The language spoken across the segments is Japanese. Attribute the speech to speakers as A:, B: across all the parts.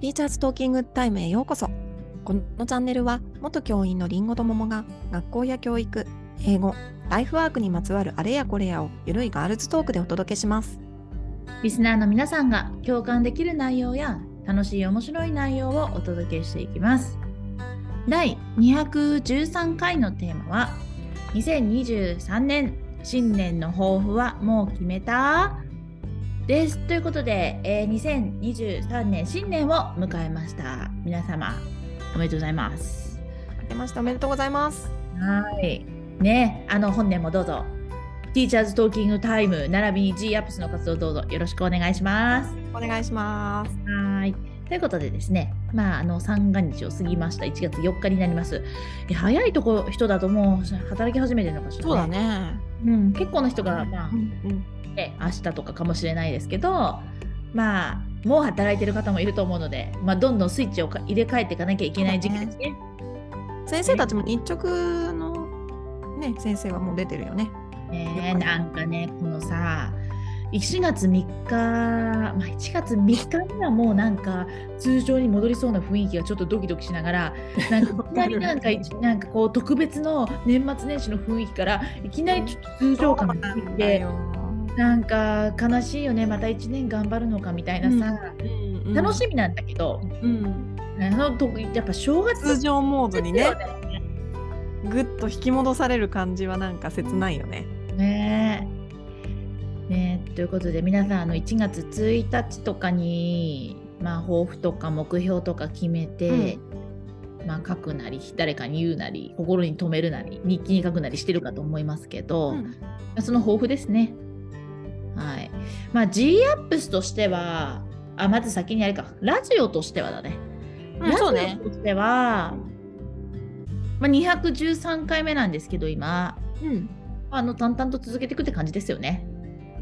A: ティーチャーズトーキングタイムへようこそこのチャンネルは元教員のりんごと桃が学校や教育英語ライフワークにまつわるあれやこれやをゆるいガールズトークでお届けします
B: リスナーの皆さんが共感できる内容や楽しい面白い内容をお届けしていきます第213回のテーマは2023年新年の抱負はもう決めたですということで、えー2023年新年を迎えました皆様おめでとうございます
A: 明けましておめでとうございます
B: はいねあの本年もどうぞティーチャーズトーキングタイム並びに G アップスの活動どうぞよろしくお願いします
A: お願いします
B: はい。ということでですね、まあ、あの三が日を過ぎました、1月4日になります。え早いとこ人だともう働き始めてるのかしら、
A: そうだ。ね
B: うん、結構な人が、まあ
A: う、ん
B: ね明日とかかもしれないですけど、まあ、もう働いてる方もいると思うので、まあ、どんどんスイッチをか入れ替えていかなきゃいけない時期ですね。
A: うん、先生たちも日直のね先生はもう出てるよね
B: ねえなんかね、このさ、1月3日、まあ、1月3日にはもうなんか通常に戻りそうな雰囲気がちょっとドキドキしながら、なん かいきなりなんか一なんかこう特別の年末年始の雰囲気からいきなりちょっと通常感が出てきて、なんか悲しいよね、また1年頑張るのかみたいなさ、楽しみなんだけど、
A: み、うん、
B: あのとやっぱ正月
A: 通常モードにね
B: だよね
A: ぐっと引き戻される感じはなんか切ないよね。
B: ねえねえということで皆さんあの1月1日とかに、まあ、抱負とか目標とか決めて、まあ、書くなり誰かに言うなり心に留めるなり日記に書くなりしてるかと思いますけど、
A: うん
B: その抱負ですね。はいまあ、G アップスとしてはあまず先にあれかラジオとしてはだね。ラジオとしては、まあ、213回目なんですけど今。
A: うん、
B: あの淡々と続けていくって感じですよね。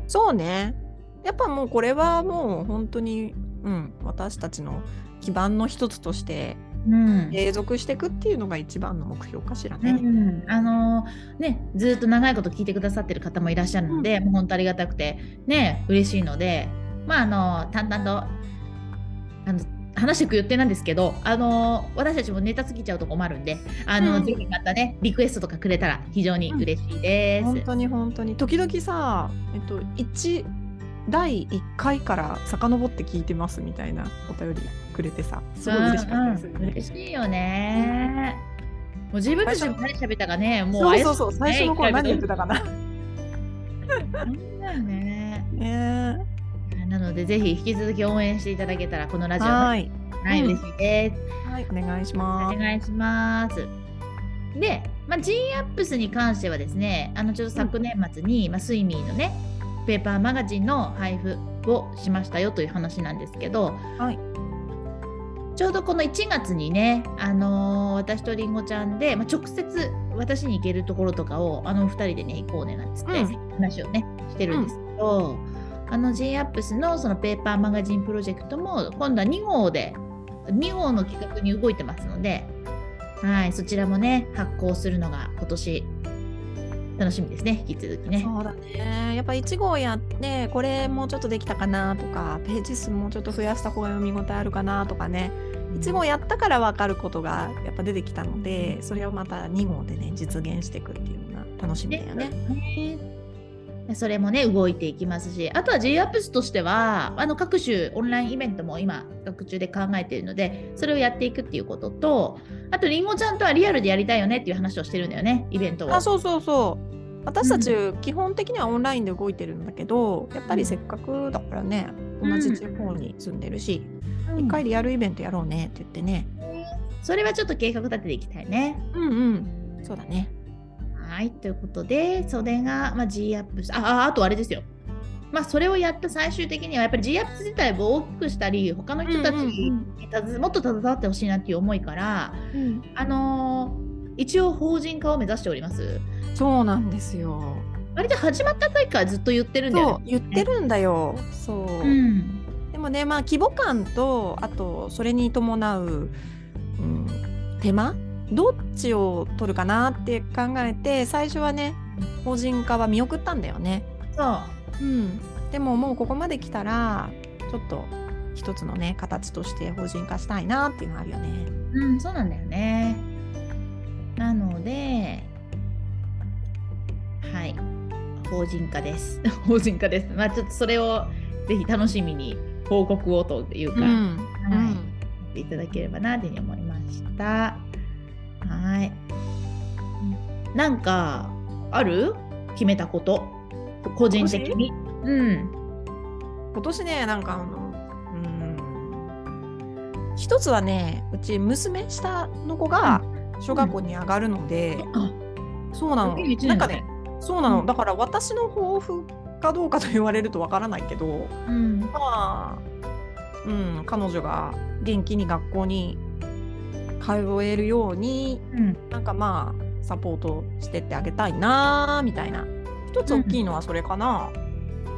A: そうね。やっぱもうこれはもう本当に、うん、私たちの基盤の一つとして
B: うん
A: 継続していくっていうのが一番の目標かしら
B: う
A: ね。
B: ん、あのーねずっと長いこと聞いてくださってる方もいらっしゃるので、もう本当ありがたくてね嬉しいのでまああのー淡々とあの話していく予定なんですけどあのー私たちもネタ過ぎちゃうと困るんであのー、
A: うん
B: ぜひまたねリクエストとかくれたら非常に嬉しいです。
A: 本当に本当に時々さ、えっと一第一回から遡って聞いてますみたいなお便りくれてさ、すごい嬉しかったですよ
B: うんうん
A: ね。
B: 嬉しいよね。もう自分たちも何喋ったかねもう
A: そう
B: 怪しい
A: そうそう、最初の頃何言ってたかな。
B: なんだよね。
A: ね
B: なのでぜひ引き続き応援していただけたらこのラ
A: え
B: ジオの
A: い、
B: はい、
A: うん
B: 嬉しいです。
A: はい、お願いし
B: お
A: ます。
B: 願いします。で、まあ、G アップスに関してはですね、あのちょっと昨年末に、まあ、スイミーのね、ペーパーマガジンの配布をしましたよという話なんですけど、
A: はい
B: ちょうどこの1月にね、あのー私とりんごちゃんで、まあ、直接私に行けるところとかをあの2人でね行こうねなんつって、
A: うん
B: 話をねしてるんですけど、あの G アップスのそのペーパーマガジンプロジェクトも今度は2号で2号の企画に動いてますので、はい、そちらもね発行するのが今年楽しみですね引き続きね。
A: そうだねやっぱ1号やってこれもうちょっとできたかなとかページ数もうちょっと増やした方が読み応えあるかなとかね1号やったから分かることがやっぱ出てきたのでそれをまた2号でね実現していくっていうのが楽しみだよね。
B: ねでそれもね動いていきますしあとは J アップスとしてはあの各種オンラインイベントも今学中で考えているのでそれをやっていくっていうこととあとりんごちゃんとはリアルでやりたいよねっていう話をしてるんだよねイベントを。
A: あそうそうそう私たち基本的にはオンラインで動いてるんだけどやっぱりせっかくだからね
B: うん
A: 同じ地方に住んでるし
B: うん
A: 一回リアルイベントやろうねって言ってね
B: それはちょっと計画立てていきたいね。
A: うんうんそうだね
B: はい、ということで、それが、まあ、G アップしあ、ああとあれですよ。まあ、それをやった最終的には、やっぱり G アップ自体を大きくしたり、他の人たちにたずもっと携わってほしいなっていう思いから、
A: うん
B: あのー一応法人化を目指しております。
A: そうなんですよ。
B: 割と始まった時からずっと言ってるんだ
A: そ
B: よ
A: う
B: ね。
A: 言ってるんだよ。そう、
B: うん
A: でもねまあ規模感とあとそれに伴う、うん、手間どっちを取るかなって考えて最初はね法人化は見送ったんだよね。
B: そ
A: う
B: う
A: ん、でももうここまで来たらちょっと一つのね形として法人化したいなっていうのはあるよね。
B: うん、そうなんだよね。なので、はい、法人化です。 法人化です。まあちょっとそれをぜひ楽しみに報告をというか、やっていただければなというふうに思いました。はい。なんかある決めたこと個人的に。うん。
A: 今年ねなんかあのうん一つはねうち娘下の子が小学校に上がるので、
B: あ、
A: そうなの
B: いい一年
A: な
B: だね
A: んかねそうなの、
B: うん
A: だから私の抱負かどうかと言われるとわからないけど
B: うん。
A: まあうん彼女が元気に学校に通えるように
B: うん。
A: なんかまあサポートしてってあげたいなーみたいな一つ大きいのはそれかな、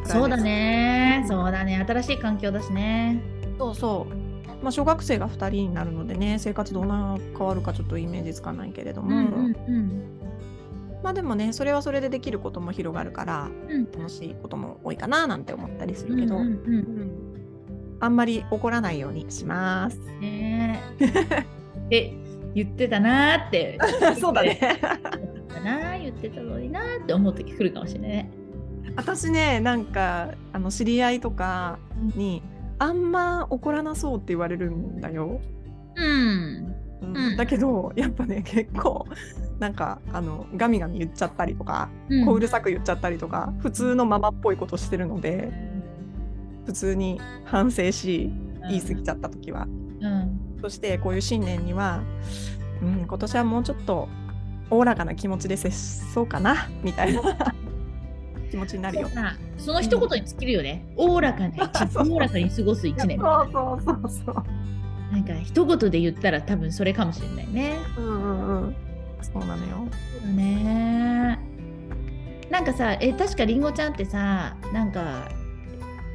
B: そうだね。そうだね。新しい環境だしね。
A: そうそう。まあ、小学生が2人になるのでね生活どうな変わるかちょっとイメージつかないけれども、
B: うん。
A: まあでもねそれはそれでできることも広がるから
B: うん。
A: 楽しいことも多いかななんて思ったりするけど、
B: うんうんうん
A: うんあんまり怒らないようにします。
B: ねえ。 え言ってたなーって。
A: そうだ。ね
B: 言ってたなー言ってたのになーって思う時来るかもしれないね。
A: 私ねなんかあの知り合いとかにあんま怒らなそうって言われるんだよ。
B: うん。
A: うん
B: うん
A: だけどやっぱね結構なんかあのガミガミ言っちゃったりとか
B: うん
A: こううるさく言っちゃったりとか普通のママっぽいことしてるので普通に反省し言い過ぎちゃった時は、
B: うん。
A: そしてこういう新年には、うん、今年はもうちょっとおおらかな気持ちで接そうかなみたいな 気持ちになるよ。
B: まあその一言に尽きるよね。おおらかな 一
A: そう
B: 年、おおらかに過ごす一
A: そう
B: 年。
A: そうそうそう。
B: なんか一言で言ったら多分それかもしれないね。
A: うんうんうん。そうなのよ。
B: そうだねなんかさえ確かりんごちゃんってさなんか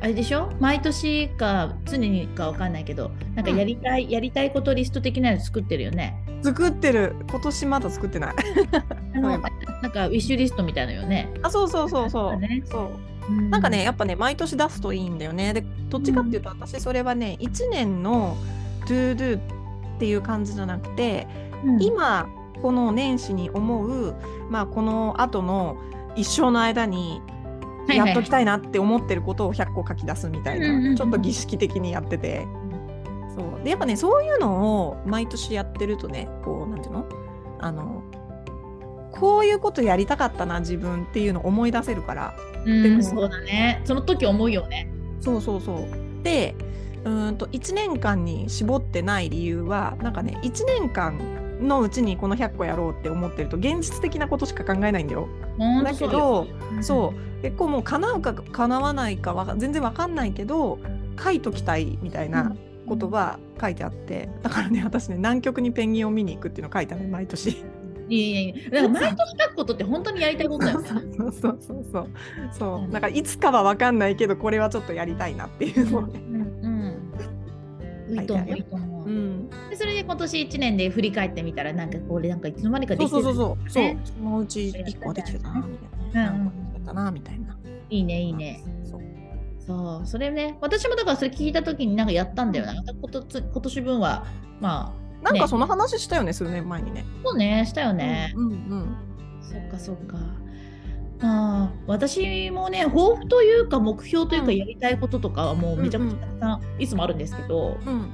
B: あれでしょ毎年か常にかわかんないけどなんか
A: うん
B: やりたい、やりたいことリスト的なの作ってるよね
A: 作ってる今年まだ作ってない。
B: あ
A: そうい
B: の
A: えば
B: なんかウィッシュリストみたいなのよね
A: あそうそうそうそ
B: そう
A: う
B: だね。
A: そうなんかね、やっぱね毎年出すといいんだよねでどっちかっていうと、私それはね1年の「to do」っていう感じじゃなくて、
B: うん
A: 今この年始に思う、まあ、この後の一生の間に
B: はいはい
A: やっときたいなって思ってることを100個書き出すみたいな、
B: うんうんうん
A: ちょっと儀式的にやってて。そうでやっぱねそういうのを毎年やってるとねこうなんていうのあのこういうことやりたかったな自分っていうのを思い出せるから
B: う
A: も
B: ん、そうだねその時思うよね
A: そうそうそう。で、うーんと1年間に絞ってない理由は、なんかね、1年間のうちにこの100個やろうって思ってると、現実的なことしか考えないんだよ。
B: ほん
A: だ
B: と
A: け
B: そう
A: ど
B: よ、うん
A: そう、結構もう叶うか叶わないかは全然わかんないけど、書いときたいみたいなことは書いてあって、だからね、私ね、南極にペンギンを見に行くっていうの書いたね、毎年。
B: いやいやいやだから毎年書くことって本当にやりたいこと だよね
A: そうそうそうそう。そう、なんかいつかはわかんないけど、これはちょっとやりたいなっていうのをね。
B: うんうんいいと思ういいと思う
A: うん
B: でそれで今年1年で振り返ってみたらなんかこれなんかいつの間にかで
A: そう
B: きて
A: そう
B: る
A: そうそう、そう
B: ね
A: そのうち一個はできてたなみたいな、
B: うんう
A: な
B: ん
A: んかできたなみたいな。
B: いいねいいね
A: そう。
B: そうそれね私もだからそれ聞いた時になんかやったんだよなことつ今年分はま
A: なんかその話したよね、数年前にね
B: あ。そうねしたよね、
A: うんうん
B: そっかそっかまあ私もね抱負というか目標という
A: う
B: か
A: ん
B: やりたいこととかはもうめちゃくちゃたくさんいつもあるんですけど
A: うん。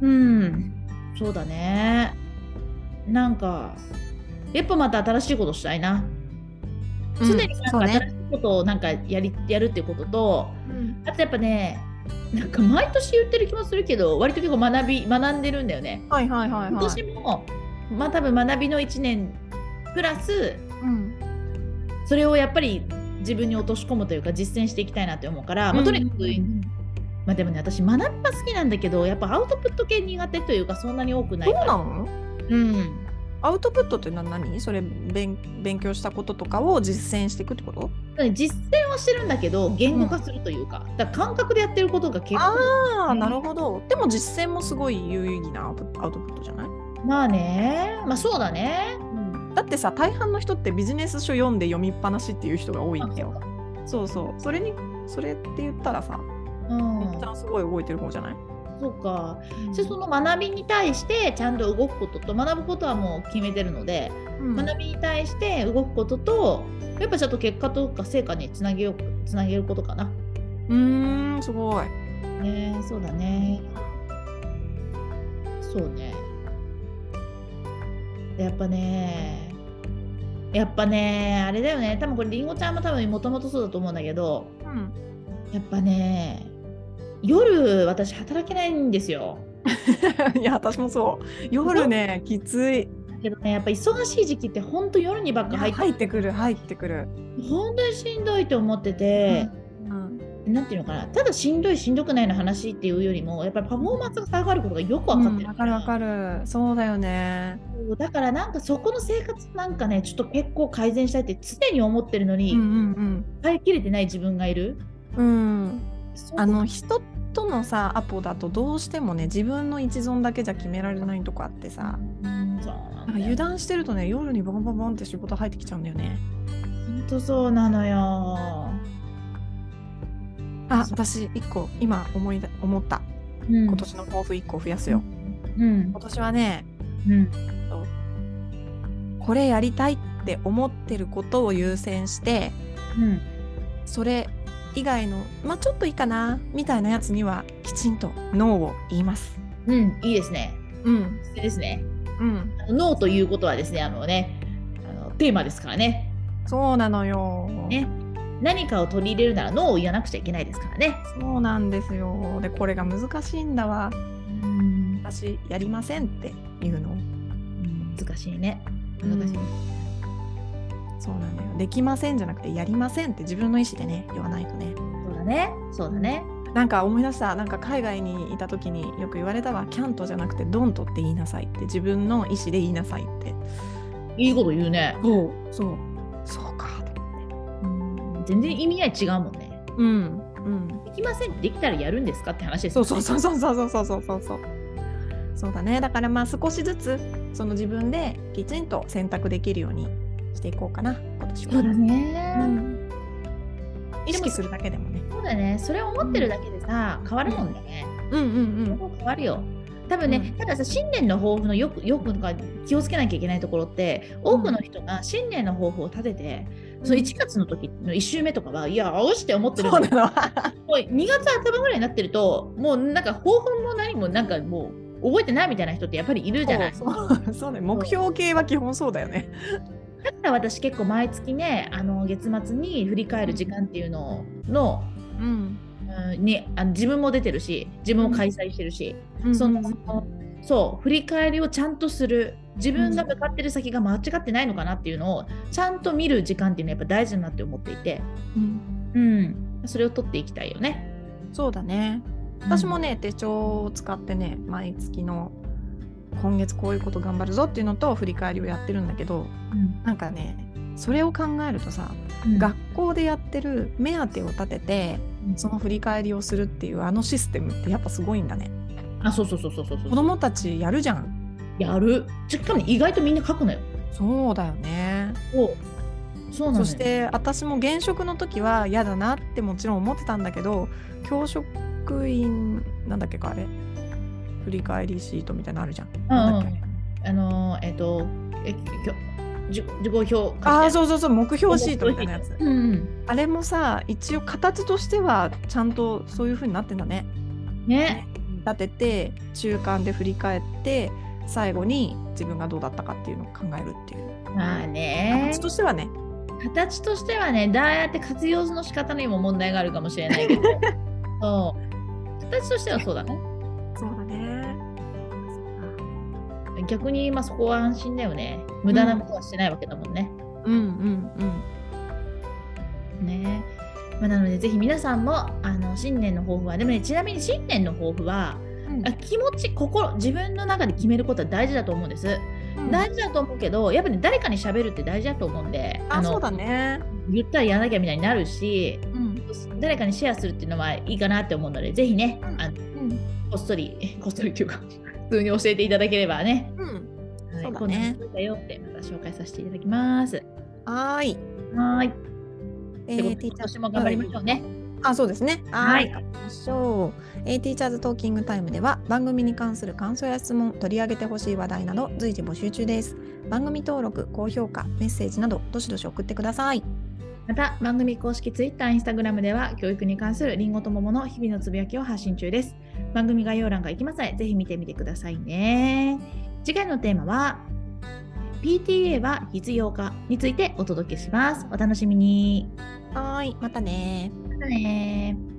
A: うん。
B: うんそうだねなんかやっぱまた新しいことしたいな常になんか
A: そう
B: 新
A: ね。
B: しいことをなんかやり、やるっていうことと
A: うん
B: あとやっぱねなんか毎年言ってる気もするけど割と結構学び学んでるんだよね。
A: はいはいはい
B: 今
A: はい。
B: 年も、まあ多分学びの1年プラス
A: うん
B: それをやっぱり自分に落とし込むというか実践していきたいなって思うから、まあ、とにかく、
A: うん
B: まあ、でもね私学びは好きなんだけどやっぱアウトプット系苦手というかそんなに多くな
A: そう
B: いか
A: な
B: ら。
A: の？
B: うん
A: アウトプットってな何？それ勉勉強したこととかを実践していくってこと？
B: 実践はしてるんだけど言語化するというか,、だから感覚でやってることが結構
A: ああ、なるほど。でも実践もすごい有意義なアウトアウトプットじゃない？
B: まあねまあそうだね
A: だってさ大半の人ってビジネス書読んで読みっぱなしっていう人が多いんだよ。そうそうそれにそれって言ったらさ
B: うん
A: めっちゃすごい動いてる方じゃない、
B: そうか
A: うん
B: でその学びに対してちゃんと動くことと学ぶことはもう決めてるので、
A: うん
B: 学びに対して動くこととやっぱちょっと結果とか成果につなげようつなげることかな。
A: うーんすごい。
B: ねそうだね。そうね。やっぱねやっぱねあれだよね多分これりんごちゃんも多分もともとそうだと思うんだけど
A: うん、
B: やっぱね夜私働けないんですよ。
A: いや私もそう夜ねきつい
B: だけどねやっぱ忙しい時期ってほんと夜にばっか入って
A: 入ってくる入ってくる。
B: 本当にしんどいと思って
A: う
B: て、
A: ん
B: なんていうのかなただしんどいしんどくないの話っていうよりもやっぱりパフォーマンスが下がることがよく
A: わ、
B: 分かってる、
A: かるわかるそうだよね。
B: そうだからなんかそこの生活なんかねちょっと結構改善したいって常に思ってるのに、
A: うん
B: 変えきれてない自分がいる
A: うんうん。うん
B: そう
A: あの人とのさアポだとどうしてもね自分の一存だけじゃ決められないとこあってさ
B: うんそう
A: なんん
B: な
A: か
B: だよ
A: 油断してるとね夜にバンバンバンって仕事入ってきちゃうんだよね
B: 本当そうなのよ、
A: あ私一個今思いだ思った
B: うん、
A: 今年の抱負一個増やすよ、
B: うん
A: 今年はね
B: うん
A: これやりたいって思ってることを優先して
B: うん
A: それ以外のまあちょっといいかなみたいなやつにはきちんとノーを言います
B: うんいいですね
A: うん
B: 素敵ですね
A: うん
B: あのノーということはですねあのねあのテーマですからね
A: そうなのよ、
B: ね、何かを取り入れるならノーを言わなくちゃいけないですからね。
A: そうなんですよでこれが難しいんだわ
B: うん
A: 私やりませんっていうの
B: 難しいね。
A: うん
B: 難しい。
A: そうなんだよできませんじゃなくてやりませんって自分の意思でね言わないとね
B: そうだね。そうだね。
A: なんか思い出したなんか海外にいた時によく言われたわキャントじゃなくてドントって言いなさいって自分の意思で言いなさいって
B: いいこと言うね。
A: そうそうそうかと思って
B: 全然意味合い違うもんね。
A: うんうん
B: できませんできたらやるんですかって話です
A: そ
B: よ
A: う
B: ね。
A: そうそうそうそうそうそうそうそうそうだねだからまあ少しずつその自分できちんと選択できるようにしていこうかな今年は
B: そうだ
A: う
B: ね。
A: ん意識するだけでもね
B: そうだね。それを思ってるだけでさ、変わるもんだね。
A: うんうん
B: もう変わるよ。多分ね、
A: うん
B: たださ新年の抱負のよくよくなんか気をつけなきゃいけないところって多くの人が新年の抱負を立てて、その1月の時の1週目とかはいや青して思ってるんだけど
A: の
B: もう2月頭ぐらいになってるともうなんか方法も何もなんかもう覚えてないみたいな人ってやっぱりいるじゃない
A: そう そうそうね目標系は基本そうだよね。
B: だから私結構毎月ねあの月末に振り返る時間っていうのの、
A: うん。
B: うんにあの自分も出てるし自分も開催してるし、そのそう振り返りをちゃんとする自分が向かってる先が間違ってないのかなっていうのをちゃんと見る時間っていうのはやっぱ大事だなって思っていて、
A: うん
B: うん、それを取っていきたいよね。
A: そうだね。私もね手帳を使ってね毎月の今月こういうこと頑張るぞっていうのと振り返りをやってるんだけど
B: うん、
A: なんかねそれを考えるとさ、
B: うん
A: 学校でやってる目当てを立ててその振り返りをするっていうあのシステムってやっぱすごいんだね。
B: あそうそうそうそうそうそう
A: 子供たちやるじゃん。
B: やるしかも意外とみんな書くのよ
A: そうだよね。
B: そうなの
A: そ
B: よ
A: して私も現職の時は嫌だなってもちろん思ってたんだけど教職員なんだっけかあれ振り返りシートみたいなのあるじゃん。
B: うんうん
A: なんだっけあれ
B: あのーえっ、とえきょじ自己表
A: ああ
B: う
A: そうそうそう目標シートみたいなやつ。
B: うん
A: あれもさ一応形としてはちゃんとそういう風になってんだね。
B: ね
A: 立てて中間で振り返って最後に自分がどうだったかっていうのを考えるっていう
B: まあね
A: 形としてはね、
B: 形としてはねだやって活用の仕方にも問題があるかもしれな いけどそう形としてはそうだね
A: そうだね。
B: 逆にまあそこは安心だよね無駄なことはしてないわけだもんね、
A: うんうんうん。
B: ねまあ、なのでぜひ皆さんもあの新年の抱負はでもねちなみに新年の抱負は
A: うん
B: あ気持ち心自分の中で決めることは大事だと思うんです、大事だと思うけどやっぱり、誰かに喋るって大事だと思うんで
A: あ
B: の
A: そうだね。
B: 言ったらやらなきゃみたいになるし
A: うん
B: 誰かにシェアするっていうのはいいかなって思うのでぜひね、
A: うん
B: あの
A: うん
B: こっそりこっそりというか普通に教えていただければね、
A: うん。
B: はい
A: そうだね
B: こんなのどうだよってまた紹介させていただきますは
A: はーい。
B: ーい、
A: え
B: という
A: ー、
B: ことで
A: てい
B: 今
A: ちゃん
B: 年も頑張りましょうね、
A: あ、そうですね。
B: はい
A: 行きましょう。えー、ティーチャーズトーキングタイムでは番組に関する感想や質問、取り上げてほしい話題など随時募集中です。番組登録、高評価、メッセージなどどしどし送ってください。
B: また番組公式 Twitter、Instagram では教育に関するりんごと桃の日々のつぶやきを発信中です。番組概要欄がいきますのでぜひ見てみてくださいね。次回のテーマは PTA は必要かについてお届けします。お楽しみに。
A: はーい、またね
B: またねー